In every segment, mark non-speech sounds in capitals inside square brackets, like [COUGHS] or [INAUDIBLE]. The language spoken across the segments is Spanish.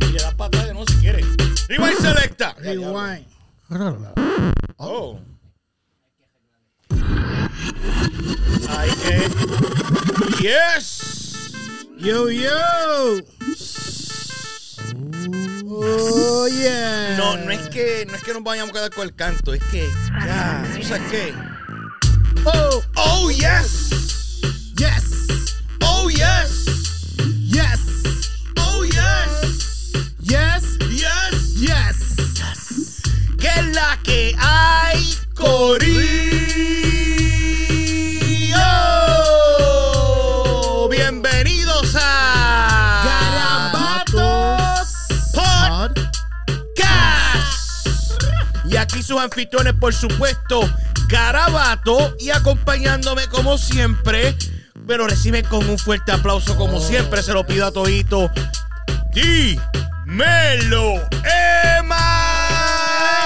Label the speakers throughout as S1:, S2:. S1: Y le das para atrás de no si quieres. Rewind selecta.
S2: Rewind.
S1: Oh. Ay, eh. Yes.
S2: Yo, yo. Oh, yeah.
S1: No, no es que no es que nos vayamos a quedar con el canto, es que ya, ¿tú sabes qué?
S2: Oh,
S1: Oh yes.
S2: yes.
S1: Oh yes.
S2: Yes.
S1: Oh yes.
S2: Yes.
S1: Yes.
S2: Yes.
S1: Que es la que hay Corillo. Bienvenidos a
S2: Garabatos. Pod.
S1: Podcast. Y aquí sus anfitriones, por supuesto, Garabato. Y acompañándome como siempre, pero reciben con un fuerte aplauso como siempre, se lo pido a todito. Dímelo, Emma.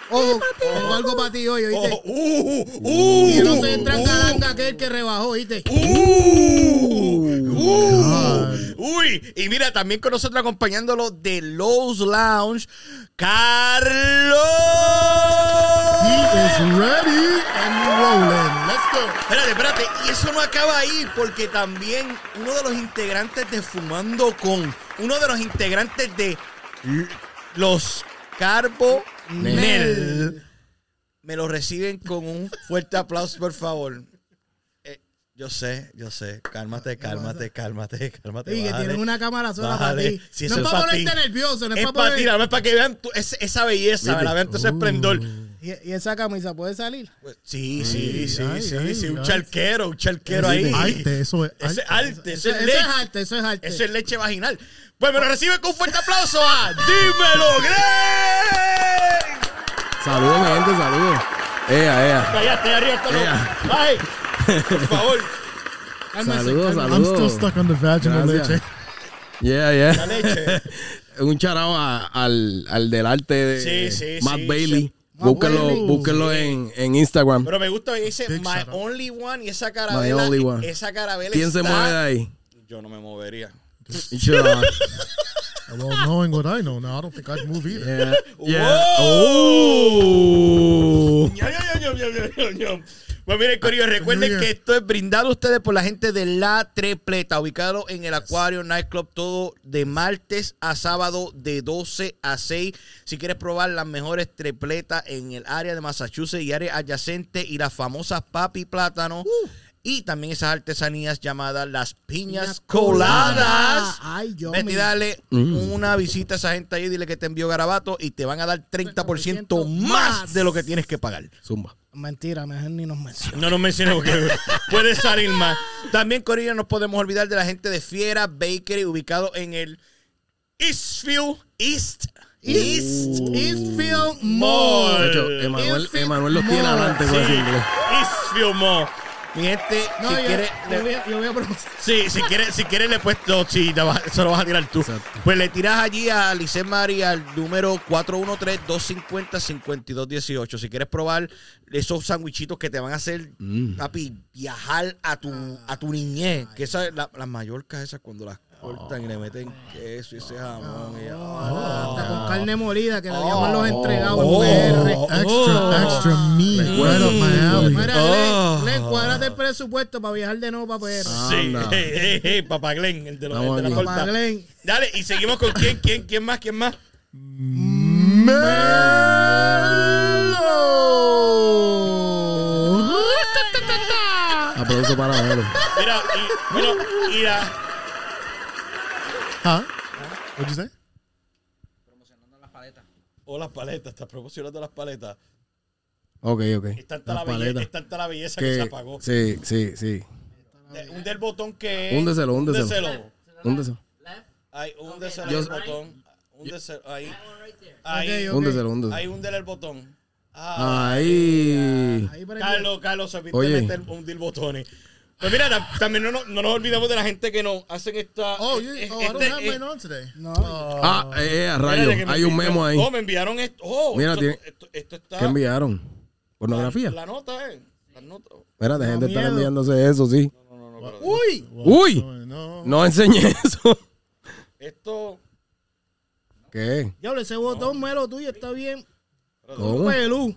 S2: Ojo, oh, tengo algo para ti hoy,
S1: Ojo,
S2: ¿oíste?
S1: uh, uh,
S2: Que no se entra
S1: uh.
S2: en galanga aquel que rebajó, ¿oíste?
S1: Uh, uh, uy, y mira, también con nosotros acompañándolo de Lowe's Lounge, Carlos.
S2: He is ready and rolling. Let's go.
S1: Espérate, espérate, y eso no acaba ahí, porque también uno de los integrantes de Fumando con, uno de los integrantes de L- los Carbo Nel, me lo reciben con un fuerte aplauso, por favor. Eh, Yo sé, yo sé. Cálmate, cálmate, cálmate, cálmate.
S2: Sí, que
S1: bájale.
S2: tienen una cámara sola
S1: Bájale.
S2: para ti.
S1: Sí,
S2: no
S1: eso
S2: es
S1: es
S2: para
S1: pa' ti.
S2: ponerte nervioso, no es,
S1: Es
S2: para
S1: para
S2: poner...
S1: ti, nada más para que vean tu- es- esa belleza, ¿verdad? Vean todo ese esplendor. Pues,
S2: Y, y esa camisa puede salir.
S1: Sí, sí, sí,
S3: ay,
S1: sí,
S3: ay,
S1: sí. Un
S3: ay.
S1: charquero, un charquero
S3: Eso
S1: ahí.
S3: es arte, eso es
S1: Ese
S3: arte.
S2: Eso,
S1: arte, ese es
S2: eso es
S1: leche.
S2: arte, eso es arte.
S1: Eso es leche vaginal. Pues me lo recibe con un fuerte aplauso [LAUGHS] a Dímelo Greg.
S4: Saludos, mi gente, saludos. Ea, ea.
S1: Cállate, arriba está
S4: Ea.
S1: loco.
S4: [LAUGHS]
S1: Ay, por favor,
S2: Cálmese,
S4: Saludos,
S2: cálmese.
S3: I'm still
S4: saludos.
S3: stuck on the vaginal
S4: Gracias.
S3: leche.
S4: Yeah, yeah.
S1: la leche.
S4: [LAUGHS] Un charao a- al, al del arte de
S1: Sí, sí,
S4: Matt
S1: sí, sí.
S4: Bailey.
S2: Matt
S4: Búsquenlo,
S2: Bailey.
S4: búsquenlo en, en Instagram.
S1: Pero me gusta que dice
S3: Big
S1: My
S3: shout out.
S1: Only One y esa carabela.
S4: My Only One.
S1: Esa carabela
S4: ¿Quién se
S1: está-
S4: mueve de ahí?
S1: Yo no me movería. [LAUGHS]
S4: Yo-
S3: Well, knowing what I know now, I don't think I'd move either.
S4: yeah, yeah. Oh.
S1: ¡Wow! Ñam, ñam, ñam, ñam, ñam, ñam. Pues miren,
S2: Ah,
S1: Corillo, recuerden
S3: New Year.
S1: que esto es brindado a ustedes por la gente de La Tripleta, ubicado en el Acuario Nightclub, todo de martes a sábado de 12 a 6. Si quieres probar las mejores tripletas en el área de Massachusetts y área adyacente y las famosas papi plátano.
S2: Uh.
S1: Y también esas artesanías llamadas las piñas
S2: Piñas
S1: coladas.
S2: coladas. Ah, Ay, yo
S1: Vete y
S2: me-
S1: dale una visita a esa gente ahí, dile que te envió Garabato y te van a dar 30%
S2: 30%
S1: más
S2: Pues, más.
S1: de lo que tienes que pagar.
S4: Zumba.
S2: Mentira, mejor ni nos menciona.
S1: No nos menciones porque puede salir más. También, Corillo, nos podemos olvidar de la gente de Fiera Bakery, ubicado en el Eastfield, East, East,
S2: Eastfield
S1: Mall.
S2: Mall.
S4: Yo, Emanuel,
S2: Infant
S4: Emanuel los tiene
S2: Mall.
S4: adelante con
S1: Sí,
S4: ese inglés.
S1: Eastfield Mall. Mi gente,
S2: No,
S1: si
S2: yo,
S1: quiere.
S2: yo
S1: le-
S2: voy a, yo voy a pronunciar.
S1: Sí, si quieres, si quieres le puedes, no, sí, te vas- se lo vas a tirar tú.
S2: Exacto.
S1: Pues le tiras allí a Lice Mari al número 413-250-5218. Si quieres probar esos sandwichitos que te van a hacer,
S4: Mm.
S1: papi, viajar a tu, a tu niñez. Que esas, la- las mallorcas esas cuando las cortan y le meten queso y ese jamón. y-
S2: Hasta con carne molida, que le
S1: Oh.
S2: llaman los entregados.
S1: Ah. Oh.
S2: PR.
S1: Oh.
S3: Extra, extra meat. Right up my alley.
S2: Mira,
S1: Oh.
S2: Glenn, Glenn, cuádrate el presupuesto para viajar de nuevo para PR.
S1: Sí,
S4: Ah, Anda.
S1: hey, hey, hey, [LAUGHS] papá Glenn, el de, los,
S4: Vamos
S1: el de la
S4: aquí.
S2: Papá
S1: torta.
S2: Glenn.
S1: Dale, y seguimos con quién, quién, quién más, quién más.
S4: Aplauso para Melo.
S1: Mira, y, bueno, y la-
S3: Huh? What'd you say?
S1: O Oh, las paletas, estás promocionando las paletas.
S4: Ok, ok.
S1: Es tanta, la
S4: Las
S1: belleza,
S4: paletas.
S1: es tanta la belleza que, se
S4: Que,
S1: apagó.
S4: sí, sí, sí.
S1: De- un del botón que es.
S4: Húndeselo, húndeselo.
S1: Húndeselo.
S4: Húndeselo,
S1: Ay, húndeselo
S4: Yo-
S1: el botón. Húndeselo. Ahí. Ahí.
S2: Ok, ok.
S4: húndeselo, húndeselo.
S1: Ahí, húndele el botón. Ah,
S4: Ahí.
S2: Ahí prende.
S1: Carlos, Carlos, se viste
S4: Ah. Oye.
S1: meter hundir botones. Pues mira, tam- también no, no- no nos olvidamos de la gente que nos hacen esta.
S3: Oh, you,
S1: es-
S3: oh, I don't
S1: este-
S3: have
S1: es-
S3: mine on today. Uh,
S2: No,
S4: Ah, eh, eh, a
S1: mira, de que
S4: rayo.
S1: me
S4: Hay un memo
S1: enviaron-
S4: ahí.
S1: Oh, me enviaron esto. Oh,
S4: Mira,
S1: esto,
S4: tiene-
S1: esto, esto está.
S4: ¿Qué enviaron? ¿Pornografía?
S1: La nota, eh. La nota.
S4: Mira, la gente está
S2: miedo.
S4: enviándose eso, sí.
S2: Uy.
S4: Uy.
S3: No.
S4: No enseñé [LAUGHS] eso.
S1: Esto.
S4: ¿Qué?
S2: Diablo, ese botón melo tuyo está bien.
S4: ¿Cómo?
S2: Pelú.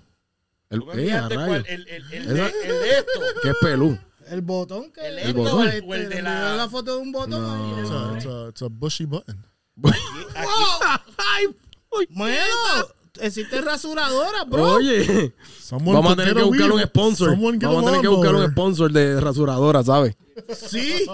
S4: El,
S1: Tú me
S4: eh, a
S1: enviaste
S4: rayo.
S1: cuál, el, el, el, de,
S4: Esa-
S1: el de esto.
S4: ¿Qué es
S3: [LAUGHS]
S4: pelú?
S2: El botón que
S1: El
S2: le
S1: esto
S4: botón.
S1: o el- o el de
S2: envió
S1: la.
S2: foto de un botón. ahí.
S3: It's a, it's a, it's a bushy button.
S2: Melo, existe rasuradora, bro.
S4: Oye,
S3: Someone
S4: vamos a
S3: could
S4: tener
S3: get
S4: que
S3: a
S4: buscar un
S3: weed-
S4: sponsor.
S3: Someone get
S4: Vamos a
S3: a
S4: tener que buscar un
S3: lawnmower.
S4: sponsor de rasuradora,
S3: [LAUGHS]
S4: ¿sabes?
S1: Sí.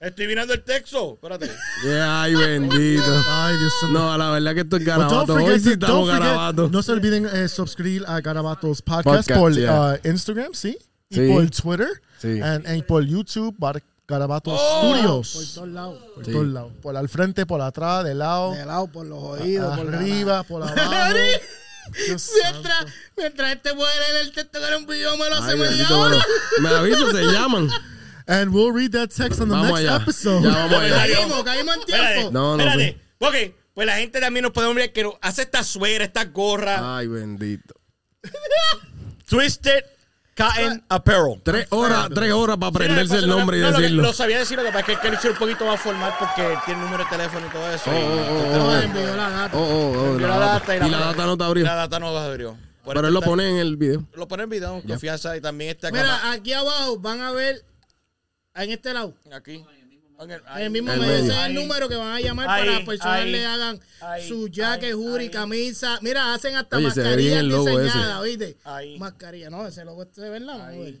S1: Estoy mirando el texto. Espérate.
S4: Yeah, ay, bendito.
S3: Ay, Dios santo.
S4: No, la verdad que esto es
S3: But don't
S4: garabato.
S3: forget
S4: Hoy sí
S3: to- don't
S4: estamos
S3: forget-
S4: garabato.
S3: No se olviden eh, suscribir a Garabatos Podcast,
S4: Podcast,
S3: por
S4: yeah.
S3: uh, Instagram, sí. Y
S4: Sí.
S3: por Twitter.
S4: Sí. Oh,
S3: And, and por YouTube, para Garabatos
S2: Por
S3: Studios.
S2: todos lados.
S3: Por
S4: Sí.
S3: todos lados. Por al frente, por atrás, de lado,
S2: De lado, por los oídos, por la-
S3: arriba,
S4: [LAUGHS]
S3: por abajo. Dios santo.
S2: Mientras, mientras este puede leer el texto que era un video, me lo hace
S4: Ay,
S2: media
S4: bendito,
S2: hora.
S4: bueno. Me aviso, se llaman.
S3: And we'll read that text on the
S4: Vamos
S3: next
S4: allá.
S3: episode.
S4: Ya vamos allá.
S2: Caímos, caímos en
S1: Espérate.
S2: tiempo.
S4: No, no
S1: Espérate. Ok. Pues la gente también nos puede enviar que nos hace esta suegra, esta gorra.
S4: Ay, bendito.
S1: Twisted Cotton Apparel.
S4: Tres horas, tres horas para aprenderse
S1: Mira,
S4: el nombre y
S1: no, lo que- Lo,
S4: decirlo.
S1: sabía decir, lo que pasa es que el Kelly un poquito más formal porque tiene número de teléfono y todo eso.
S4: Oh,
S1: y-
S4: oh,
S2: No,
S4: oh,
S2: envió la
S4: oh,
S2: gata.
S4: oh, oh,
S1: envió
S4: la data. Y la data no te abrió.
S1: La data no la abrió. Por
S4: Pero
S1: eso
S4: él lo
S1: está-
S4: pone en el video.
S1: Lo pone en video, confianza. Y también este está acá-
S2: Ah, Mira, aquí abajo van a ver, en este lado,
S1: aquí. En el,
S2: en el mismo
S4: En
S2: medio. Ese
S4: medio.
S2: es el número que van a llamar
S1: Ahí,
S2: para las personas
S1: ahí,
S2: le hagan
S1: ahí,
S2: su jaque,
S1: ahí,
S2: jury,
S1: ahí.
S2: camisa. Mira, hacen hasta
S4: Oye, se ve bien
S2: mascarillas
S4: el logo ese.
S2: diseñadas, ¿viste?
S1: Ahí.
S2: Mascarilla, no, ese logo se ve en la móvil.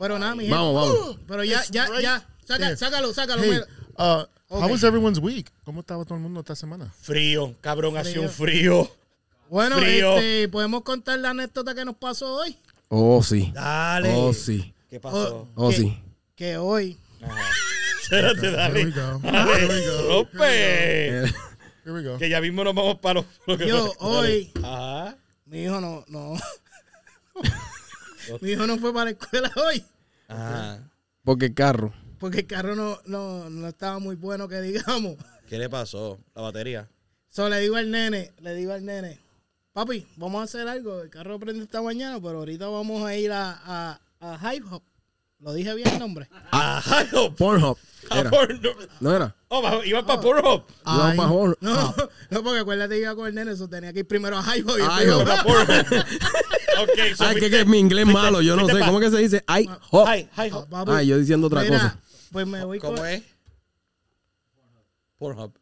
S2: Pero nada, mi gente.
S4: Vamos, vamos.
S2: Pero ya, ya, ya. Saca-
S3: there.
S2: sácalo, sácalo.
S3: Hey,
S2: mira.
S3: uh, how
S2: Okay.
S3: was everyone's week? ¿Cómo estaba todo el mundo esta semana?
S1: Frío, cabrón, hacía un frío.
S2: Bueno,
S1: Frío.
S2: este, podemos contar la anécdota que nos pasó hoy.
S4: Oh, sí.
S1: Dale.
S4: Oh, sí.
S1: ¿Qué pasó?
S4: Oh,
S2: ¿Qué?
S4: sí.
S2: Que hoy
S1: [LAUGHS] Espérate,
S3: Here we
S1: dale.
S3: go.
S1: Dale,
S4: Eh,
S1: rompe.
S3: Here we go.
S1: Que ya mismo nos vamos para los. lo
S2: [LAUGHS]
S1: que- Ah.
S2: Yo, hoy.
S1: Ajá.
S2: mi hijo no, no. [LAUGHS] mi hijo no fue para la escuela hoy.
S1: Ajá.
S4: Porque el carro.
S2: Porque el carro no, no, no estaba muy bueno que digamos. [LAUGHS]
S1: ¿Qué le pasó? La batería.
S2: So le digo al nene, le digo al nene, papi, vamos a hacer algo. El carro prende esta mañana, pero ahorita vamos a ir a, a, a Hip Hop. Lo dije bien el nombre.
S4: [LAUGHS]
S1: Ajá, no.
S4: Pornhub.
S1: Ah,
S4: Era.
S1: por- no.
S4: No era.
S1: Oh, va- iba para Pornhub.
S4: Iba para Pornhub.
S2: No, [LAUGHS] no, porque acuérdate que iba con el nene, eso tenía que ir primero a Hip Hop. y
S4: Ay,
S2: después-
S4: oh.
S1: Para Pornhub.
S4: [LAUGHS]
S2: [LAUGHS]
S1: Ok, so
S4: Ay, que,
S1: fuiste-
S4: que mi inglés
S1: fuiste-
S4: malo, yo no
S1: fuiste
S4: sé.
S1: pa-
S4: ¿Cómo que se dice? Ay, hop.
S1: Hi, hi, hop.
S2: papi,
S4: Ay, yo diciendo otra
S2: mira,
S4: cosa.
S2: Pues me Ah, voy con...
S1: ¿Cómo es? Pornhub.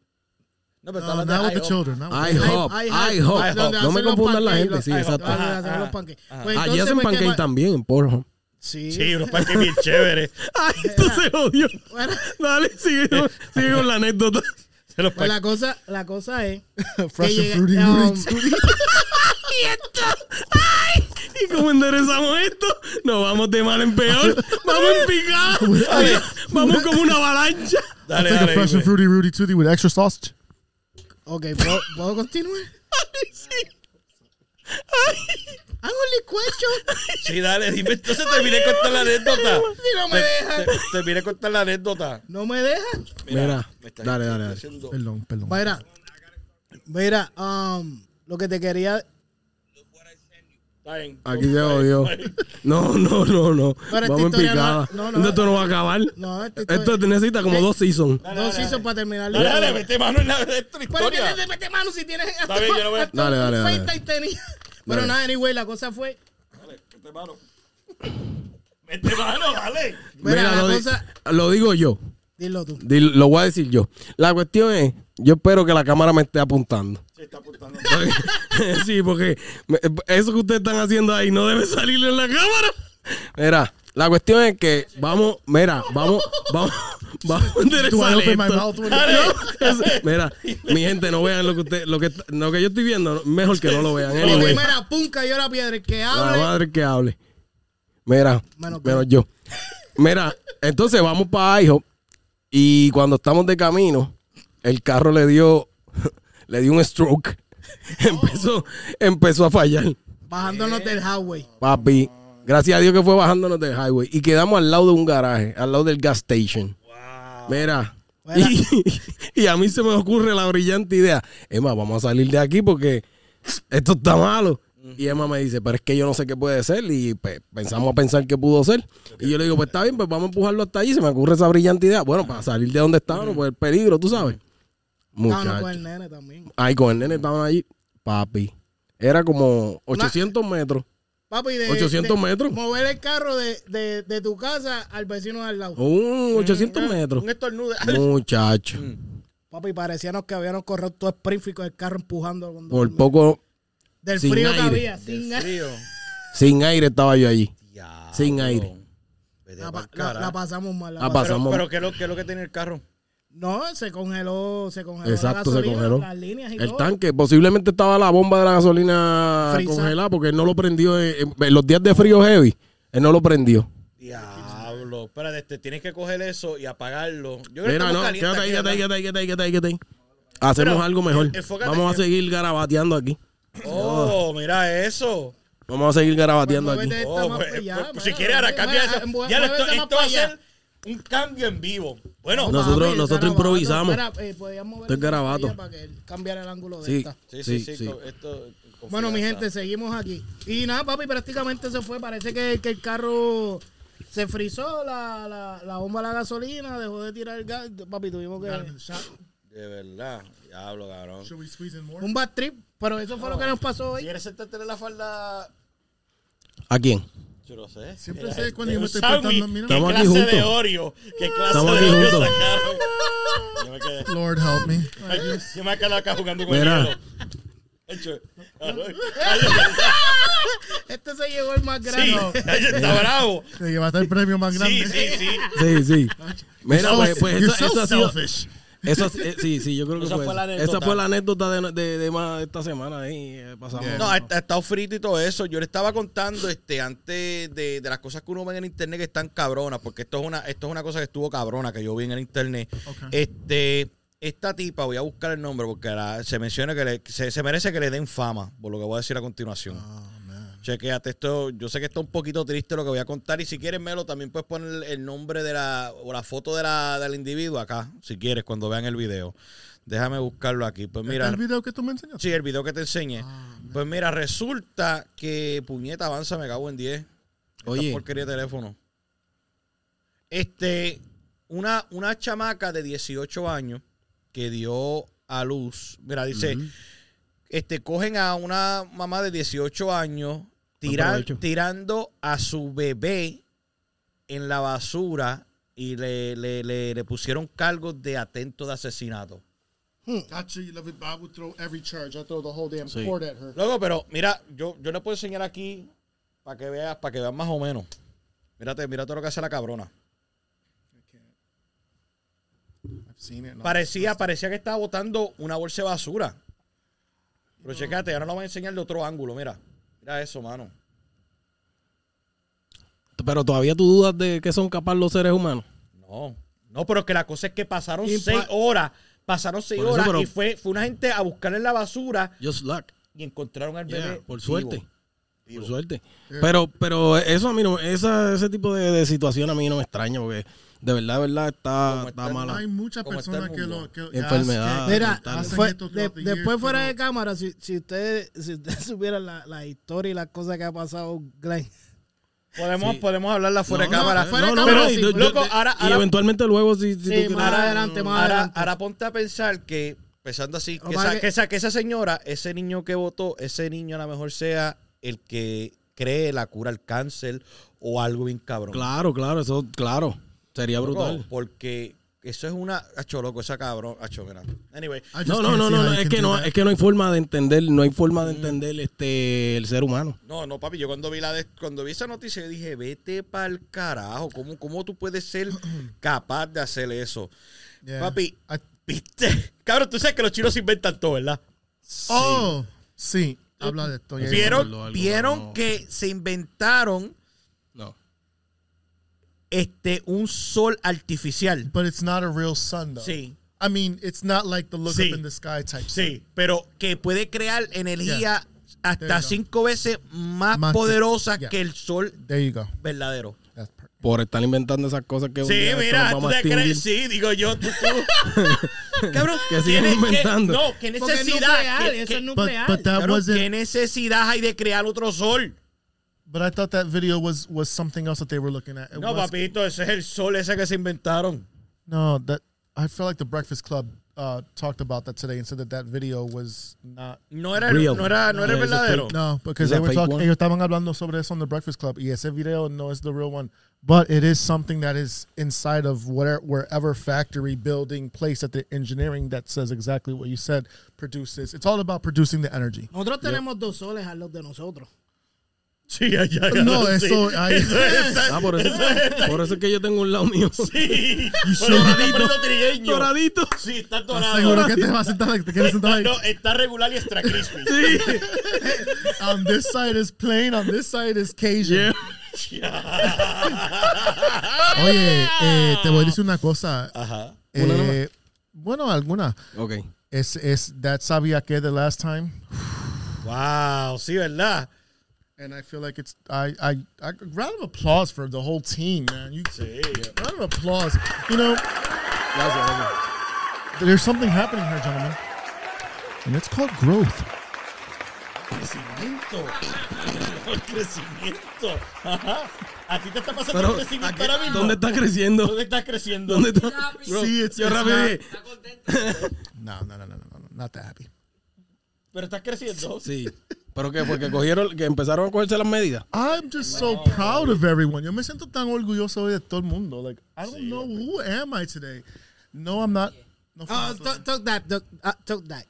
S1: No, pero está
S3: No,
S1: hablando
S3: Uh, not with
S1: de
S3: the children. not with-
S4: Ay, hop.
S2: Ay,
S4: Ay,
S2: ay,
S4: hop.
S2: ay, donde
S4: No me
S2: hacen los
S4: confundan la
S2: pancakes,
S4: gente. Sí,
S2: los-
S4: exacto.
S2: Donde
S1: Ajá,
S2: hacen
S1: ajá.
S2: los pancakes. Pues
S4: Allí
S2: entonces,
S4: hacen
S2: pues, ¿qué
S4: pancake
S2: pa-
S4: también en Pornhub.
S2: Sí.
S1: Sí, unos parques bien chéveres.
S4: Ay, esto se jodió.
S2: [LAUGHS] Bueno,
S4: Dale, sigue, sigue con la anécdota.
S1: Se
S2: pues
S1: los parques.
S2: la cosa, la cosa
S1: [LAUGHS]
S2: es
S3: Fresh
S2: que
S3: and fruity.
S2: llega-
S3: really
S2: um, [LAUGHS]
S3: fruity.
S4: Y esto. ¡Ay! ¿Y cómo enderezamos esto? Nos vamos de mal en peor. Vamos en picada. Vamos como una avalancha.
S1: Dale,
S3: Take a
S1: dale.
S3: fresh
S1: dime.
S3: and fruity Rudy Tooty with extra sausage.
S2: Ok, ¿puedo, puedo continuar?
S4: Ay, sí.
S2: Hago el cuello.
S1: Sí, dale, dime. Entonces te vine a contar la anécdota.
S2: Si [LAUGHS] no me
S1: Te-
S2: deja.
S1: Te, te vine a contar la anécdota.
S2: No me deja.
S4: Mira,
S1: me está-
S4: dale,
S1: me está
S4: dale, dale.
S1: haciendo-
S3: Perdón, perdón.
S2: Mira, mira, um, lo que te quería.
S1: Está bien.
S4: Aquí se jodió. No, no, no, no.
S2: Pero esta
S4: Vamos en
S2: historia
S4: picada.
S2: no- no, no.
S4: Esto no va a acabar.
S2: No, esta historia-
S4: Esto te necesita como dos seasons.
S2: Dos hizo para terminar.
S1: Dale, dale, mete mano en la de tu
S2: ¿Para qué
S1: historia.
S2: le mete mano si tienes hasta,
S1: bien, yo lo voy a-
S2: hasta
S4: Dale,
S2: un
S4: dale, dale.
S2: feita y tenía? Pero
S4: Dale.
S2: nada, anyway, la cosa fue.
S1: Dale, mete mano. Mete mano, dale.
S2: Mira, la
S4: lo, di-
S2: cosa.
S4: lo digo yo.
S2: Dilo tú.
S4: Di- Lo voy a decir yo. La cuestión es, yo espero que la cámara me esté apuntando.
S1: Se está apuntando.
S4: [LAUGHS] sí, porque me- eso que ustedes están haciendo ahí no debe salir en la cámara. Mira, la cuestión es que vamos, mira, vamos, vamos, vamos a
S3: Do I
S4: enderezar
S3: open my
S4: esto.
S3: mouth when-
S4: No, [LAUGHS] es- mira, mi gente, no vean lo que usted, lo que, lo que yo estoy viendo, mejor que no lo vean.
S2: La
S4: Anyway,
S2: primera pum cayó la piedra. El que
S4: la
S2: hable.
S4: madre que hable. Mira,
S2: Menos
S4: menos,
S2: tú.
S4: yo. Mira, entonces vamos para IHOP y cuando estamos de camino, el carro le dio, [LAUGHS] le dio un stroke. [LAUGHS] Empezó, empezó a fallar.
S2: Bajándonos del highway.
S4: Papi, gracias a Dios que fue bajándonos del highway y quedamos al lado de un garaje, al lado del gas station. Mira. [LAUGHS] Y, y a mí se me ocurre la brillante idea. Emma, vamos a salir de aquí porque esto está malo. Y Emma me dice, pero es que yo no sé qué puede ser. Y pues, pensamos a pensar qué pudo ser. Y yo le digo, pues está bien, pues vamos a empujarlo hasta allí. Se me ocurre esa brillante idea. Bueno, para salir de donde estábamos, por el peligro, tú sabes.
S2: No, no,
S4: Muchacho.
S2: con el nene también.
S4: Ay, con el nene estaban allí. Papi. Era como 800 metros.
S2: Papi, de.
S4: 800
S2: de-
S4: metros.
S2: Mover el carro de, de, de tu casa al vecino de al lado.
S4: Un 800
S1: Mm,
S4: metros.
S1: Un estornudo. Ah,
S4: Muchacho.
S1: Mm.
S2: Papi, parecíamos que habíamos corrido todo esprífico el carro empujando. con-
S4: Por poco,
S2: del
S4: sin
S2: frío que
S4: aire.
S2: había. Sin aire.
S1: Frío.
S4: sin aire estaba yo allí.
S1: Diablo.
S4: Sin aire.
S1: Vete
S2: La, Ah,
S1: pa'l
S2: pa- la-
S1: carajo.
S2: la pasamos mal. la
S4: La
S2: pasamos-
S4: pasamos.
S1: Pero, ¿qué, es lo, ¿qué es lo que tiene el carro?
S2: No, se congeló, se congeló. la
S4: Exacto, se
S2: gasolina,
S4: congeló.
S2: Las líneas y
S4: El
S2: todo.
S4: tanque, posiblemente estaba la bomba de la gasolina
S2: Frisa.
S4: congelada porque él no lo prendió eh, en, en- en los días de frío heavy. Él no lo prendió.
S1: Diablo. Espérate, este, tienes que coger eso y apagarlo. Yo creo que
S4: Mira,
S1: estamos
S4: no,
S1: calientes
S4: quédate ahí,
S1: aquí,
S4: quédate ahí,
S1: ¿verdad?
S4: quédate ahí, quédate ahí, quédate ahí, quédate ahí. Hacemos
S1: Pero,
S4: algo mejor.
S1: eh, enfócate
S4: Vamos a
S1: que-
S4: seguir garabateando aquí.
S1: Oh, mira eso.
S4: Vamos a seguir garabateando
S2: Muévete
S4: aquí.
S2: esta
S1: Oh,
S2: más
S1: pues,
S2: pa' allá,
S1: pues,
S2: mano,
S1: si quieres, ahora
S2: muévete,
S1: cambia
S2: muévete,
S1: eso.
S2: muévete
S1: Ya esto,
S2: más
S1: esto
S2: pa'
S1: va a
S2: allá.
S1: ser un cambio en vivo. Bueno,
S4: No. Nosotros-
S2: el
S4: nosotros
S2: garabato,
S4: improvisamos.
S2: Espera, eh, podías mover
S4: Esto es
S2: esa
S4: garabato.
S2: silla Para que él cambiara el ángulo de
S4: Sí,
S2: esta.
S1: sí, sí, sí.
S4: sí.
S1: con- esto- con
S2: Bueno, mi
S1: confianza.
S2: gente, seguimos aquí. Y nada, papi, prácticamente se fue. Parece que, que el carro se frizó, la, la, la bomba de la gasolina, dejó de tirar el gas. Papi, tuvimos que...
S1: De verdad. Diablo, cabrón.
S3: Should we squeeze in more?
S2: Un bad trip, pero eso fue lo que
S3: Oh,
S2: nos pasó hoy.
S1: ¿Quieres sentarte en la falda?
S4: ¿A quién?
S1: Yo no sé.
S3: Siempre
S1: Mira,
S3: sé
S1: este,
S3: cuando yo me estoy
S1: un sándwich.
S3: portando, mira. Ah.
S1: ¿Qué
S4: Estamos aquí
S1: clase de
S4: juntos.
S1: Oreo? ¿Qué clase
S4: Estamos
S1: de
S4: aquí
S1: Oreo
S4: juntos.
S1: sacaron?
S3: [LAUGHS]
S1: Yo me quedé.
S3: Lord help me.
S1: Yo me quedé acá jugando con
S4: Mira.
S1: el hielo. Hecho, ay,
S2: Este se llevó el más grande.
S1: Sí, [LAUGHS] ay, está bravo.
S3: Te llevaste el premio más
S1: Sí,
S3: grande.
S1: sí, sí.
S4: Sí, sí. Mira,
S3: You're
S4: pues,
S3: so-
S4: pues
S3: you're
S4: eso,
S3: so
S4: eso ha sido.
S3: selfish.
S4: Eso, eh, sí, sí, yo creo que
S1: Esa
S4: fue.
S1: fue la
S4: eso.
S1: anécdota.
S4: Esa fue la anécdota de, de, de más esta semana ahí. eh, pasamos.
S1: No, ha, ha estado frito y todo eso. Yo le estaba contando este antes de, de las cosas que uno ve en el internet que están cabronas, porque esto es una, esto es una cosa que estuvo cabrona que yo vi en el internet.
S3: Ok.
S1: Este, esta tipa, voy a buscar el nombre porque la- se menciona que le- se, se merece que le den fama, por lo que voy a decir a continuación. Chequéate esto, yo sé que está un poquito triste lo que voy a contar y si quieres, Melo, también puedes poner el- el nombre de la, o la foto de la, del individuo acá, si quieres, cuando vean el video. Déjame buscarlo aquí. Pues mira,
S3: ¿El video que tú me enseñaste?
S1: Sí, el video que te enseñé. pues mira, resulta que puñeta avanza, me cago en 10. Esta
S4: Oye.
S1: porquería de teléfono. Este, una, una chamaca de 18 años que dio a luz. Mira, dice, este, cogen a una mamá de 18 años tira-
S4: aprovecho.
S1: tirando a su bebé en la basura y le, le- le- le pusieron cargos de atento de asesinato.
S3: Gotcha, you love it. I would throw every charge. I throw the whole damn
S4: Sí.
S3: cord at her.
S1: Luego, pero mira, yo, yo le puedo enseñar aquí para que veas, para que veas más o menos. Mírate, mírate lo que hace la cabrona.
S3: I've seen it.
S1: Parecía, parecía que estaba botando una bolsa de basura. Pero checate, ahora lo voy a enseñar de otro ángulo, mira. Mira eso, mano.
S4: Pero todavía tú dudas de que son capaces los seres humanos.
S1: No. No, pero que la cosa es que pasaron
S2: Y
S1: seis
S2: pa-
S1: horas. Pasaron seis
S4: Por eso,
S1: horas
S4: pero-
S1: y fue, fue una gente a buscar en la basura
S4: Just luck.
S1: y encontraron al
S4: Yeah,
S1: bebé. vivo,
S4: por suerte.
S1: vivo.
S4: Por suerte.
S3: Yeah.
S4: Pero, pero eso a mí no, esa, ese tipo de, de situación a mí no me extraña porque de verdad, de verdad está,
S1: Como
S4: está
S1: está-
S4: mala.
S3: Hay muchas
S1: Como está
S3: personas
S1: el
S3: que
S1: mundo.
S3: lo. Que,
S4: Enfermedad.
S3: que-
S4: Mira,
S3: que hacen
S4: Hacen
S2: Fue-
S3: esto
S2: de-
S3: throughout the
S2: después
S3: years,
S2: fuera de
S3: pero-
S2: cámara, si, si ustedes si ustedes [LAUGHS] supieran la, la historia y las cosas que ha pasado Glenn.
S1: Podemos, podemos hablarla fuera
S4: No,
S1: de
S4: no,
S1: cámara.
S4: no,
S2: fuera de
S4: no,
S2: cámara,
S4: no,
S2: sí.
S4: y yo- yo-
S1: Loco, ahora-
S4: y
S1: ahora-
S4: eventualmente luego si, si tú
S2: Sí,
S4: quieres-
S2: más adelante, más
S1: Ahora,
S2: adelante.
S1: ahora ponte a pensar que, pensando así, que
S2: Omar,
S1: esa,
S2: que-
S1: que, esa, que esa señora, ese niño que votó, ese niño a lo mejor sea el que cree la cura al cáncer o algo bien cabrón.
S4: Claro, claro, eso, claro. Sería
S1: Loco,
S4: brutal.
S1: Porque eso es una. Acho, loco, esa cabrón. Acho, mira. Anyway.
S3: I just
S4: No, no,
S3: can't
S4: no,
S3: see
S4: no,
S3: how
S4: no,
S3: you
S4: es
S3: can
S4: que
S3: do
S4: no,
S3: that.
S4: es que no hay forma de entender, no hay forma de entender este el ser humano.
S1: No, no, papi, yo cuando vi la de- cuando vi esa noticia yo dije, vete pa'l carajo, ¿cómo, cómo tú puedes
S2: [CLEARS THROAT]
S1: ser capaz de hacer eso?
S3: Yeah.
S1: Papi,
S3: I-
S1: ¿viste? Cabrón, tú sabes que los chinos inventan todo, ¿verdad?
S3: Oh, sí. Habla de esto. yeah.
S4: Bien.
S1: Vieron,
S4: recordó algo,
S1: vieron
S4: no.
S1: que se inventaron
S4: No.
S1: este un sol artificial.
S3: But it's not a real sun, though.
S1: Sí,
S3: I mean, it's not like the look
S1: Sí.
S3: up in the sky type.
S1: sí, pero que puede crear energía
S3: There
S1: hasta
S3: you go.
S1: cinco veces más,
S3: Más que-
S1: poderosa
S3: Yeah.
S1: que el sol
S3: There you go.
S1: verdadero.
S3: That's perfect.
S4: Por estar inventando esas cosas que un
S1: Sí,
S4: día esto
S1: mira,
S4: nos
S1: tú
S4: vamos
S1: te
S4: a
S1: crees,
S4: extinguir.
S1: sí, digo yo, tú, tú. Cabrón,
S4: Que siguen
S1: ¿tiene- qué-
S4: inventando.
S1: no, qué
S2: Porque es
S1: necesidad.
S2: nuclear,
S1: ¿Qué,
S2: eso es
S1: qué-
S3: But,
S2: nuclear.
S3: but that
S1: cabrón, ¿qué
S3: wasn't.
S1: necesidad hay de crear otro sol?
S3: But I thought that video was was something else that they were looking at. It
S1: No,
S3: was-
S1: papito, ese es el sol ese que se inventaron.
S3: No, that I feel like the Breakfast Club uh, talked about that today and said that that video was not.
S1: No era,
S4: Real.
S1: no era, no era el
S4: No, ese
S1: verdadero.
S3: No, because
S4: Is that
S3: they were
S4: fake
S3: talking.
S4: one?
S3: Ellos estaban hablando sobre eso on the Breakfast Club. Y ese video no es the real one, but it is something that is inside of whatever wherever factory, building, place that the engineering that says exactly what you said produces. It's all about producing
S1: [LAUGHS]
S3: the energy.
S2: Nosotros tenemos dos soles a los de nosotros.
S1: Sí, ya, ya,
S3: No,
S1: sí.
S3: eso.
S1: [LAUGHS]
S3: I,
S4: Ah, por eso, por eso es que yo tengo un lado mío.
S1: Sí. Pero ahora está poniendo trigueño.
S4: Doradito.
S1: Sí, está
S3: [LAUGHS] Seguro
S1: dorado.
S3: que te vas a sentar, te quieres
S1: Está,
S3: sentar
S1: [LAUGHS]
S3: ahí.
S1: no, está regular y extra crispy.
S3: On Um, this side is plain, on this side is Cajun.
S1: [LAUGHS]
S3: Oye, eh, te voy a decir una cosa.
S1: Ajá.
S3: Eh, bueno, alguna.
S4: Ok.
S3: Es, es that sabía que the last time.
S1: Wow, sí, ¿verdad?
S3: And I feel like it's I I, I round of applause for the whole team, man. You
S1: Sí.
S3: round of applause. You know,
S4: Gracias, gracias.
S3: there's something happening here, gentlemen. And it's called growth.
S1: Crecimiento. El crecimiento. Ajá. A ti te está pasando
S4: Pero,
S1: el crecimiento ahora
S4: aquí-
S1: mismo.
S4: ¿dónde está creciendo?
S1: ¿Dónde estás creciendo?
S4: ¿Dónde está? Bro,
S3: Sí, it's-
S4: yo
S3: it's
S4: rápido
S3: not-
S4: dije,
S3: No, no, no, no, no, no, not that happy.
S1: Pero estás creciendo.
S4: Sí. ¿Pero qué? Porque cogieron, que empezaron a cogerse las medidas.
S3: I'm just so proud of everyone. Yo me siento tan orgulloso hoy de todo el mundo. Like, I don't know who am I today. No, I'm not. No,
S2: Ah,
S3: fucking-
S2: to- took that, took- ah, took that.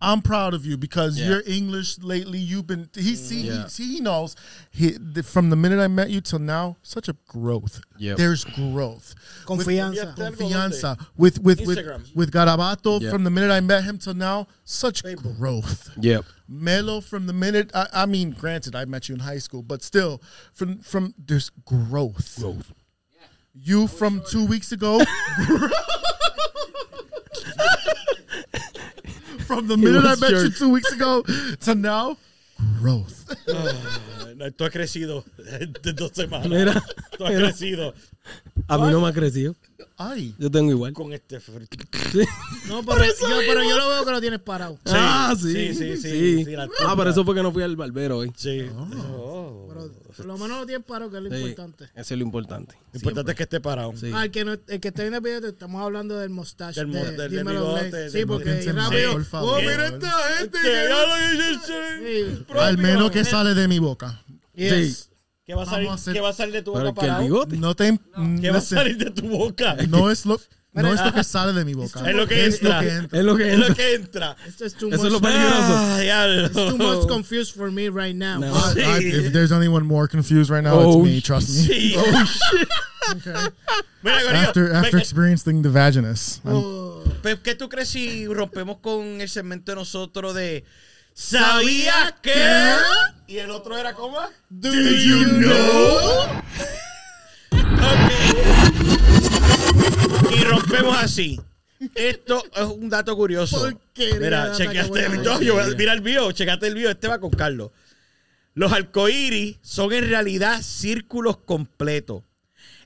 S3: I'm proud of you because
S4: Yeah. Mm.
S3: you're English lately. You've been he see
S4: Yeah.
S3: he, see he knows he, the, from the minute I met you till now such a growth.
S4: Yep.
S3: There's growth.
S2: Confianza.
S1: Confianza.
S3: Confianza with with with,
S1: Instagram.
S3: with Garabato
S4: Yeah.
S3: from the minute I met him till now such growth.
S4: Yep.
S3: Melo from the minute I, I mean granted I met you in high school but still from from there's growth. Growth. You from 2 weeks ago [LAUGHS] from the minute I
S4: was
S3: met you
S4: jerk.
S3: 2 weeks ago to now growth.
S1: Tú has crecido [LAUGHS] de dos semanas.
S4: Mira,
S1: Tú has
S4: mira.
S1: crecido
S4: A mí no me ha crecido.
S3: Ay.
S4: Yo tengo igual.
S1: con este frito.
S2: No, pero yo, pero yo lo veo que lo tienes parado.
S4: ah,
S1: sí, sí,
S4: sí.
S1: sí, sí, la
S4: ah, pero eso fue que no fui al barbero hoy.
S1: Sí.
S4: Oh.
S1: Oh.
S2: Pero por lo menos lo tienes parado, que es lo
S4: Sí,
S2: importante.
S4: Eso es lo importante.
S1: Lo importante es que esté parado.
S4: Sí.
S2: Ah, el que, no, el que está viendo el video, te estamos hablando del mustache.
S1: Del
S2: de-
S1: mos- del- del
S2: dímelo,
S1: bigote,
S2: Blake.
S1: del
S2: Sí, porque
S3: bigote.
S2: rápido.
S3: Por
S2: Oh,
S3: favor.
S2: mira esta.
S1: gente que
S2: Sí.
S3: Al menos que sale de mi boca.
S2: Yes.
S1: ¿Qué va a salir,
S3: Vamos a hacer-
S1: ¿qué va a salir de tu
S4: Pero
S1: boca
S4: es que el
S1: parado?
S4: bigote.
S3: No te
S1: ¿Qué
S3: no,
S1: va a salir de tu boca?
S3: no es lo no es lo que sale de mi boca.
S1: [LAUGHS] Es lo que entra.
S4: Es lo que
S1: Es lo
S4: entra.
S1: que entra.
S2: Esto es too
S4: Eso es lo
S2: much.
S4: peligroso.
S1: Ah, diablo.
S2: Too much confused for me right now.
S4: No.
S3: I- I- if there's anyone more confused right now,
S4: Oh,
S3: it's me. Trust me. Oh,
S1: Sí. Mira, Gorillo,
S3: After
S1: ve
S3: after
S1: que-
S3: experiencing the vaginus, I'm-
S1: Pep, ¿qué tú crees si rompemos con el segmento de nosotros de ¿Sabías que? Y el otro era ¿cómo? Do you know? [LAUGHS] Ok. Y rompemos así. Esto es un dato curioso.
S2: Porquería,
S1: Mira,
S2: nada
S1: chequeaste
S2: que
S1: el
S2: bueno.
S1: yo- yo- Mira el video, chequeaste el video. Este va con Carlos. Los arcoíris son en realidad círculos completos.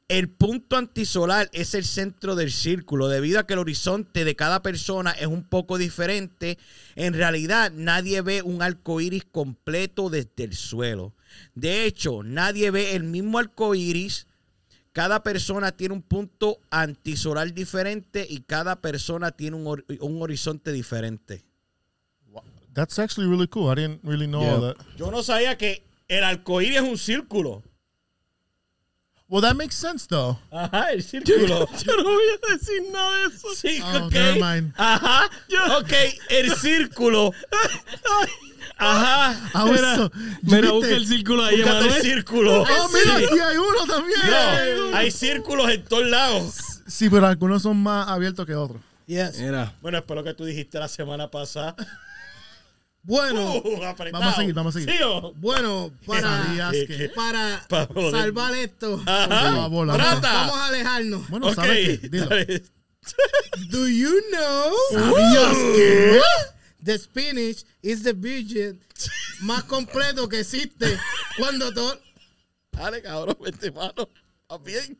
S1: El punto antisolar es el centro del círculo, debido a que el horizonte de cada persona es un poco diferente. En realidad, nadie ve un arco iris completo desde el suelo. De hecho, nadie ve el mismo arco iris. Cada persona tiene un punto antisolar diferente y cada persona tiene un, hor- un horizonte diferente.
S3: That's actually really cool. I didn't really know all
S4: Yeah.
S3: that.
S1: Yo no sabía que el arcoíris es un círculo.
S3: Well, that makes sense though.
S1: Ajá, el círculo.
S4: Yo no voy a decir nada de eso.
S1: Sí,
S3: Oh,
S1: ok.
S3: never mind.
S1: Ajá. Ok, el círculo. Ajá.
S3: I was so-
S4: Mira,
S3: ¿Viste?
S4: busca el círculo ahí,
S1: Búscate el
S4: Emanuel.
S1: círculo.
S3: Oh, mira, aquí hay uno también.
S1: No, hay círculos en todos lados.
S3: Sí, pero algunos son más abiertos que otros.
S2: Yes.
S4: Mira,
S1: Bueno, es por lo que tú dijiste la semana pasada.
S2: Bueno,
S3: Oh,
S1: Uh, apretado.
S3: Vamos a seguir, vamos a seguir.
S1: ¿Sí o?
S2: bueno, para,
S3: Sabías que-
S2: para
S1: Pa' joder.
S2: salvar esto,
S3: Ah, bola.
S1: Trata.
S2: vamos a alejarnos.
S3: Bueno,
S1: Ok.
S3: ¿sabes qué? Dilo.
S1: dale.
S2: Do you know
S3: ¿Sabías qué?
S2: the spinach is the budget más completo que existe cuando todo
S1: Dale, cabrón, vete, mano. Vas bien.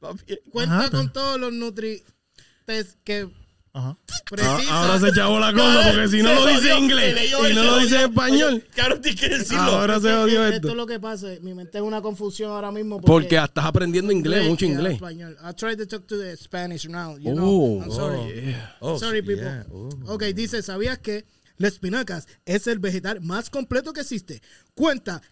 S1: Vas bien.
S2: cuenta
S3: Ajá, pero-
S2: con todos los nutrientes que
S3: Ajá.
S4: Ah,
S2: precisa?
S4: ahora se echó la cosa porque si no
S1: Se
S4: lo dice
S1: jodió,
S4: en
S1: que
S4: inglés
S1: leyó
S4: y
S1: él,
S4: no
S1: se
S4: lo dice en
S1: jodió.
S4: español,
S1: Oye, Claro, tienes que decirlo.
S4: ahora se jodió
S2: esto, es
S4: esto.
S2: lo que pasa. Mi mente es una confusión ahora mismo.
S4: Porque estás aprendiendo inglés, mucho
S2: Yeah,
S4: inglés.
S2: español. I tried to talk to the Spanish now. You know.
S4: Oh,
S2: I'm sorry.
S4: oh, yeah.
S1: Oh,
S2: Sorry,
S1: sí,
S2: people.
S1: yeah. Oh.
S2: Ok, dice, ¿sabías que las espinacas es el vegetal más completo que existe? Cuenta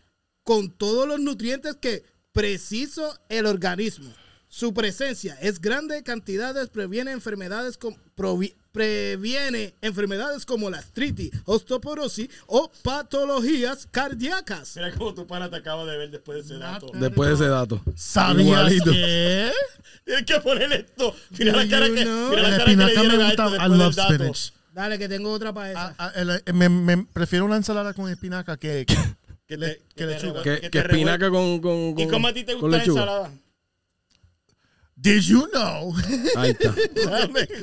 S2: con todos los nutrientes que preciso el organismo. Su presencia es grande en cantidades, previene enfermedades com- provi- previene enfermedades como la artritis, osteoporosis o patologías cardíacas.
S1: Mira cómo tu pana te acaba de ver después de ese dato.
S4: Después de ese dato.
S3: ¿Sabías
S4: Igualito.
S3: qué?
S1: Tienes que poner esto. Mira la
S2: Do
S1: cara
S2: you
S1: que,
S2: know?
S1: mira
S3: La
S1: la cara que le
S3: espinaca me
S1: dieron a
S3: gusta.
S1: esto
S3: I
S1: después del
S3: love
S1: dato.
S3: spinach.
S2: Dale, que tengo otra para esa.
S3: Ah, ah, el- me, me prefiero una ensalada con espinaca que... que-
S1: Que, te, que, lechuga.
S4: Que, que espinaca con, con, con
S1: ¿Y cómo a ti te gusta
S4: con
S1: la
S4: lechuga.
S1: ensalada?
S3: [LAUGHS] [LAUGHS] Did you know?
S4: Ahí está.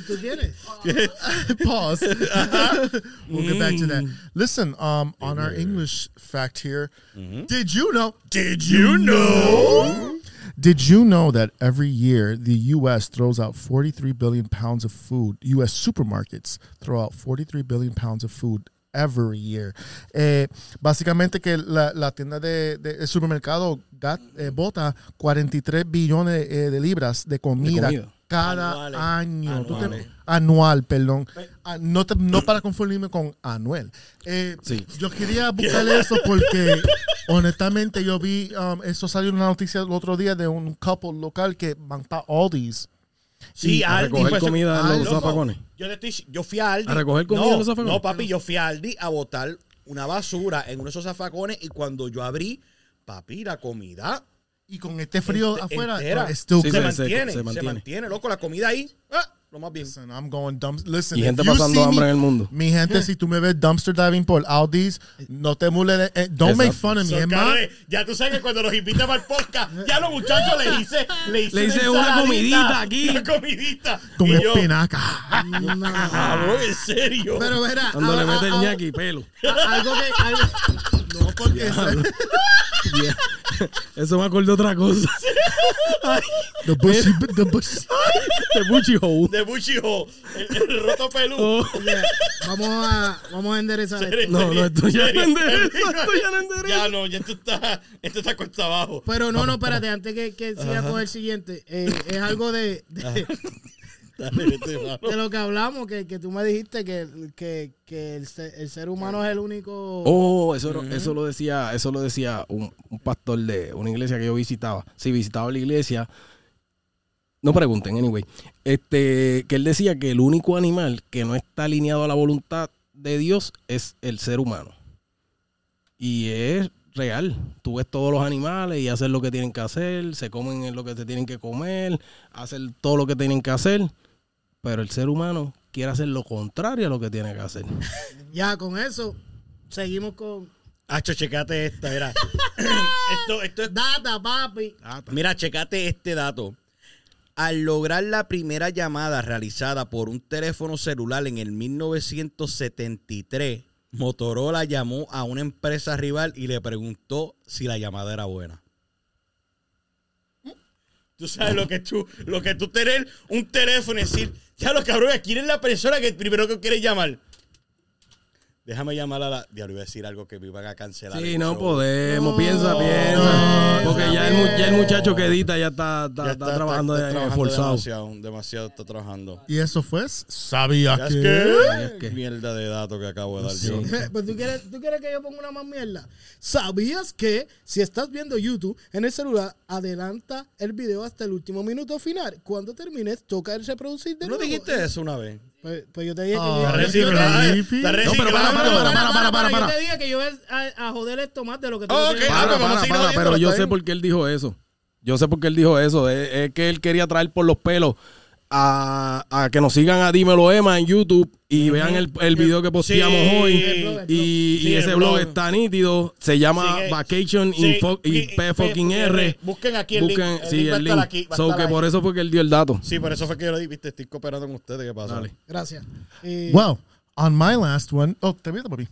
S2: ¿Tú tienes?
S3: [LAUGHS] Pause. we'll get back to that. Listen, um, on our English fact here, did you know? Mm-hmm. Did you know? Did you know that every year the U.S. throws out 43 billion pounds of food? U.S. supermarkets throw out 43 billion pounds of food every year. Eh, básicamente que la, la tienda de, de- el supermercado gat- eh, bota 43 billones eh, de libras de comida,
S4: comida.
S3: cada
S1: Anuales.
S3: año. Tú te-
S1: Anuales.
S3: anual, perdón. Ah, No, te- no para confundirme con Anuel. Eh,
S4: Sí.
S3: Yo quería buscar eso
S4: [LAUGHS]
S3: porque honestamente yo vi, um, eso salió en una noticia el otro día de un couple local que van para Aldi's.
S1: Sí,
S4: a
S1: Aldi.
S4: recoger
S1: pues,
S4: comida en
S1: Ay,
S4: los
S1: loco,
S4: zafacones.
S1: Yo, le estoy- yo fui a Aldi.
S4: A recoger comida
S1: no,
S4: en los zafacones.
S1: No, papi, yo fui a Aldi a botar una basura en uno de esos zafacones y cuando yo abrí, papi, la comida
S3: Y con este frío
S1: ente-
S3: afuera,
S1: entera.
S3: it's still
S4: Sí,
S1: se,
S3: good.
S4: sí.
S1: mantiene,
S4: se
S1: se mantiene.
S4: mantiene.
S1: loco, la comida ahí. Ah, lo más bien.
S3: Listen, I'm going dump- listen,
S4: Y gente
S3: if you
S4: pasando
S3: see
S4: hambre
S3: me-
S4: en el mundo.
S3: Mi gente, si tú me ves dumpster diving por Aldi's, no te mules. eh, don't make
S4: Exacto.
S3: fun of me.
S1: Son
S3: Es más,
S1: cabrones. ya tú sabes que cuando los invitan al podcast, ya los muchachos les hice, le hice,
S4: Le hice
S1: ensaladita,
S4: una comidita [LAUGHS] aquí.
S1: Una comidita.
S3: con
S1: y yo,
S3: espinaca.
S1: cabrón, en serio.
S2: Pero verá,
S4: Cuando
S2: a-
S4: le
S2: a-
S4: mete el
S2: a-
S4: ñaqui, pelo.
S2: a- algo que... algo-
S3: No, porque
S4: Yeah. Eso me acordó otra [LAUGHS] cosa.
S3: the bushy, the bushy.
S4: De Buchi Hole.
S1: De Buchijo, el, el roto pelú.
S4: Oh,
S2: Yeah, Vamos a, vamos a enderezar esto.
S1: [LAUGHS]
S4: No, no, esto ya no endereza,
S1: Serio.
S4: esto ya no endereza.
S1: Ya no, ya esto está, esto está cuesta abajo.
S2: Pero no, no, espérate, antes que, que siga con el siguiente, eh, es algo de, de,
S4: [LAUGHS]
S1: Dale, vete, mano.
S2: de lo que hablamos, que, que tú me dijiste que, que, que el, ser, el ser humano es el único...
S4: Oh, eso, eso lo decía, eso lo decía un, un pastor de una iglesia que yo visitaba. Sí, visitaba la iglesia. No pregunten, anyway. Este, que él decía que el único animal que no está alineado a la voluntad de Dios es el ser humano. Y es real. Tú ves todos los animales y hacen lo que tienen que hacer, se comen lo que se tienen que comer, hacen todo lo que tienen que hacer. Pero el ser humano quiere hacer lo contrario a lo que tiene que hacer.
S2: Ya, con eso, seguimos con...
S1: Hacho, checate esta, mira. [COUGHS] esto, esto es
S2: Data, papi.
S1: Ah. Mira, checate este dato. Al lograr la primera llamada realizada por un teléfono celular en el 1973, Motorola llamó a una empresa rival y le preguntó si la llamada era buena. Tú sabes lo que tú, lo que tú tener un teléfono y decir, ya los cabrones, ¿quién es la persona que primero que quieres llamar? Déjame llamar a la. Diablo, iba a decir algo que me iban a cancelar.
S4: Sí,
S1: el
S4: no
S1: show.
S4: podemos. piensa, piensa. Porque ya el, mu- ya el muchacho que edita ya está, está-
S1: Ya
S4: está trabajando
S1: está
S4: de-
S1: trabajando
S4: forzado.
S1: Demasiado, demasiado está trabajando.
S3: Y eso fue Sabía
S1: ¿Sabes
S3: que.
S1: qué? Mierda de dato que acabo de dar yo.
S2: [LAUGHS] Pues tú quieres, tú quieres que yo ponga una más mierda. ¿Sabías que si estás viendo YouTube en el celular, adelanta el video hasta el último minuto final? Cuando termines, toca el reproducir de
S1: ¿Tú no
S2: nuevo.
S1: dijiste eso una vez?
S2: Pues, pues yo te dije
S3: Ah,
S2: que yo-
S3: sí,
S1: reciclada,
S3: creepy.
S1: eh. Está
S3: No, pero
S1: reciclada.
S4: para, para, para, para.
S2: Yo te dije que yo iba a, a joder esto más de lo que tú
S1: Ok.
S2: quieres.
S1: Ah,
S4: Para,
S1: pero vamos a
S4: para,
S1: seguir
S4: para,
S1: oyendo,
S4: pero
S1: está
S4: yo sé
S1: bien.
S4: por qué él dijo eso. Yo sé por qué él dijo eso. Es, es que él quería traer por los pelos a, a que nos sigan a Dímelo Emma en YouTube y vean el, el video que posteamos
S1: Sí.
S4: hoy.
S2: El blog, el blog.
S4: Y, y
S1: Sí, el
S4: ese blog
S1: blog.
S4: está nítido. Se llama
S1: Sí, eh,
S4: Vacation
S1: sí,
S4: in Fo-
S1: y-
S4: y
S1: y-
S4: P fucking R.
S1: Busquen aquí el link.
S4: Busquen-
S1: El
S4: sí,
S1: link va a
S4: el
S1: estar
S4: link.
S1: aquí, va a
S4: So
S1: estar
S4: que
S1: ahí.
S4: por eso fue que él dio el dato.
S1: Sí, por eso fue que yo lo di, viste, estoy cooperando con ustedes, ¿qué pasa?
S4: Dale.
S2: Gracias. Eh,
S3: Well, on my last one. Oh, te miedo, papi.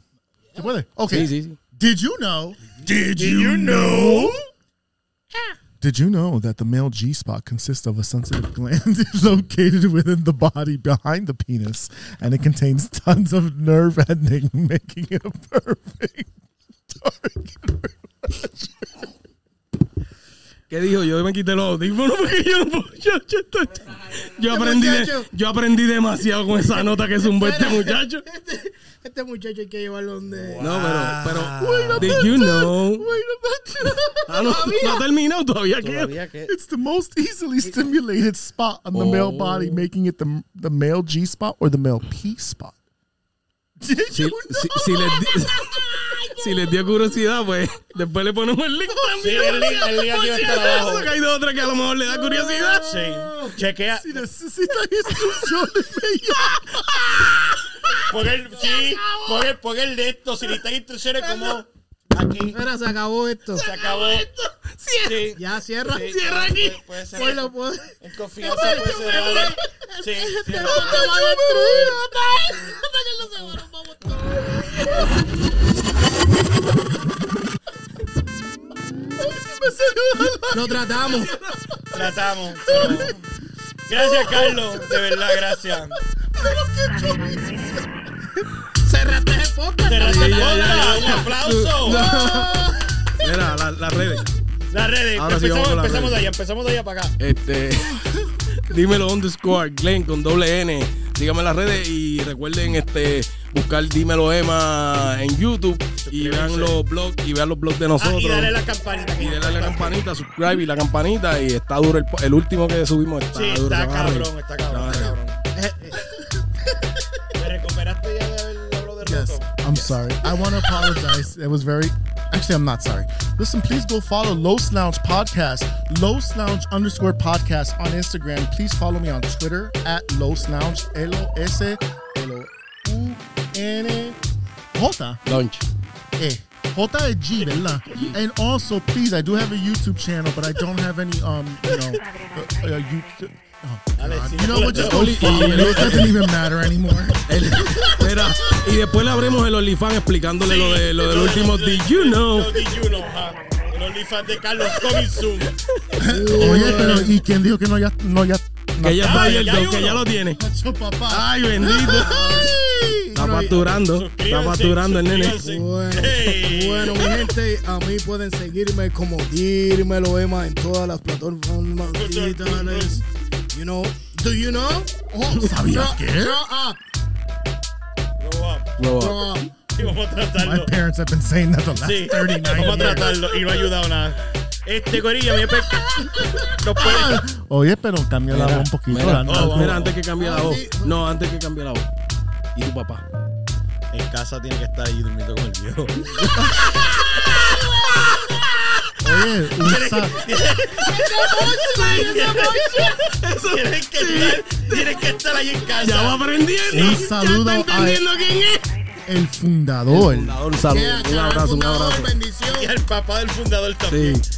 S3: ¿Se puede? Okay.
S4: Sí, sí, sí.
S3: Did you know? Did you know? Did you know that the male G spot consists of a sensitive gland [LAUGHS] located within the body behind the penis, and it contains tons of nerve ending, [LAUGHS] making it a perfect target?
S4: ¿Qué dijo? Yo me quité los audífonos porque yo no puedo. Yo, yo estoy- yo aprendí, de-
S2: muchacho.
S4: yo aprendí demasiado con esa nota que zumbó este muchacho.
S2: [LAUGHS] Este, este muchacho hay que llevarlo donde.
S4: No, pero,
S1: Ah.
S4: pero, did you know? Ah, no, no ha terminado todavía. queda.
S1: Todavía que.
S3: It's the most easily stimulated spot on the male body, making it the the male G spot or the male P spot. Did
S4: Si,
S3: you
S4: si, si les di- [LAUGHS] si les dio curiosidad, pues después le ponemos el link también.
S1: el link- el link aquí va a estar abajo.
S4: Porque hay dos otras que a lo mejor le da curiosidad.
S1: Sí. Chequea.
S3: Si necesita instrucciones, me
S1: Pon el, sí, pon el, pon el de esto. Si necesitan instrucciones, como. Aquí.
S2: Mira, se acabó esto.
S1: Se acabó. Sí.
S2: Ya cierra.
S1: Sí,
S2: Cierra aquí.
S1: puede- Puede ser.
S2: Hoy lo puedo. Este
S1: En confianza puede ser. Sí, cierra.
S2: [LAUGHS] Lo tratamos.
S1: Tratamos. pero- Gracias, Carlos. De verdad, gracias.
S2: Cerraste el podcast.
S1: Cerraste
S4: ya, ya,
S1: la
S4: ya.
S1: Un
S4: [LAUGHS]
S1: aplauso. Ah.
S4: Mira, la- las redes.
S1: Las redes.
S4: Ahora sí, vamos
S1: Eh, empezamos
S4: con las
S1: empezamos de
S4: redes.
S1: allá, empezamos de allá para acá.
S4: Este, [LAUGHS] dímelo underscore Glenn con doble N. Síganme en las redes y recuerden este buscar Dímelo Emma en YouTube y vean los blogs y vean los blogs de
S1: Ah,
S4: nosotros.
S1: y dale la campanita. que
S4: Y
S1: es
S4: dale a la
S1: importante.
S4: campanita, subscribe y la campanita. Y está duro el, po- el último que subimos. Está
S1: Sí,
S4: duro,
S1: está
S4: se van a reír.
S1: cabrón, está cabrón,
S4: Se
S1: está
S4: van a reír.
S1: cabrón. ¿Te recuperaste ya de haber hablado de
S3: Yes,
S1: roto?
S3: I'm sorry. I want to apologize. It was very. Actually, I'm not sorry. Listen, please go follow Los Lounge Podcast, Los Lounge underscore podcast on Instagram. Please follow me on Twitter at Los Lounge, L O S E L O U N E. J.
S4: Lunch.
S3: Eh, J-E-G, ¿verdad? And also, please, I do have a YouTube channel, but I don't have any, um, you know, uh, uh, YouTube. Oh, God. You know what? Just go follow me. It doesn't even matter anymore.
S4: El- Espera, y después le abrimos el OnlyFans explicándole lo de lo del último Did You Know.
S1: Lo de You Know, ajá. El OnlyFans de Carlos coming soon.
S3: Oye, pero ¿y quién dijo que no ya, no ya? No,
S4: Que ya está
S1: Ah, ya hay
S4: abierto, que
S1: uno.
S4: ya lo tiene.
S3: [LAUGHS] Nacho, papá.
S1: [LAUGHS]
S4: Ay, bendito. Está facturando, está
S1: Suscríbanse,
S4: facturando el nene.
S1: suscríbanse.
S2: Bueno,
S1: Hey.
S2: bueno, mi gente, a mí pueden seguirme como Dímelo Emma en todas las plataformas digitales.
S1: pues.
S2: You know, do you know? Oh,
S3: ¿Sabías
S2: no,
S3: qué?
S2: no, ah,
S1: Grow up.
S4: Lo-
S2: no, ah.
S1: Sí, vamos a
S3: My
S1: tratarlo.
S3: parents have been saying that the last
S1: Sí,
S3: 39
S1: vamos a
S3: years.
S1: tratarlo. Y no ha ayudado nada. Este corillo, [LAUGHS] mi pe- Nos puede.
S3: Oye, pero cambia la voz un poquito.
S4: Mira,
S3: la-
S1: oh,
S4: mira,
S1: oh.
S4: antes que cambie la
S2: Ah,
S4: voz.
S2: sí.
S4: No, antes que cambie la voz. Y tu papá.
S1: En casa tiene que estar ahí durmiendo con el viejo.
S3: Oye, un sa-
S1: Tienes que estar, tienes que estar ahí en casa.
S4: Ya va aprendiendo.
S3: Un saludo
S4: ya
S3: a-
S4: está entendiendo quién es.
S3: el fundador.
S4: Fundador, Un saludo,
S2: Yeah,
S4: un
S2: cara,
S4: abrazo, un
S2: fundador,
S4: abrazo.
S2: Bendición.
S1: Y al papá del fundador también.
S4: Sí.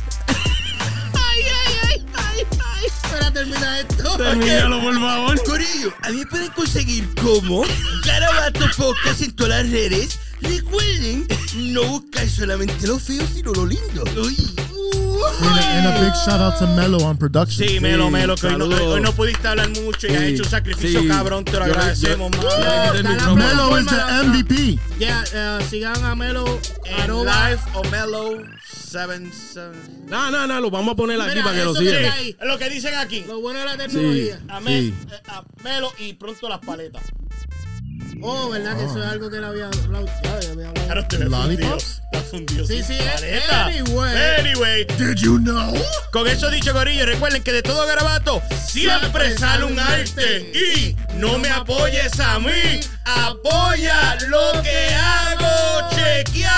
S2: Espérate, termina esto.
S4: Termínalo, por favor.
S1: Corillo, a mí me pueden conseguir como Garabato Podcast en todas las redes. Recuerden, no buscar solamente lo feo, sino lo lindo. Uy.
S3: And a, and a big shout out to Mello on production.
S1: Sí, Melo, Melo, que hoy no,
S4: saludos.
S1: hoy no pudiste hablar mucho y has
S4: Sí,
S1: hecho un sacrificio
S4: sí.
S1: cabrón, te lo
S4: Yo- yo-
S1: agradecemos,
S4: yo-
S1: mano.
S4: yo- yo-
S2: Está la
S4: yo-
S3: Melo is the MVP.
S2: Ya, eh, sigan a Melo,
S1: En
S2: arroba.
S1: Life o Melo 77.
S4: No, no, no, lo vamos a poner aquí
S2: Mira,
S4: para que lo
S2: eso que
S4: sigan.
S2: está ahí.
S1: Es Lo que dicen aquí.
S2: Lo bueno de la
S4: Sí,
S2: tecnología.
S1: A, Me-
S4: sí.
S1: eh, a Melo y pronto las paletas.
S2: Oh, ¿verdad? Que eso es algo que le había hablado. Ya, ya había hablado.
S1: Ah. Claro, te ves
S3: Lollipops?
S1: fundido, te ves fundido
S2: Sí,
S1: sin
S2: sí,
S1: paleta.
S2: anyway.
S1: Anyway.
S3: Did you know?
S1: Con eso dicho, gorillo, recuerden que de todo garabato siempre sale un arte. Y no me apoyes a mí, apoya lo que hago. Chequeado.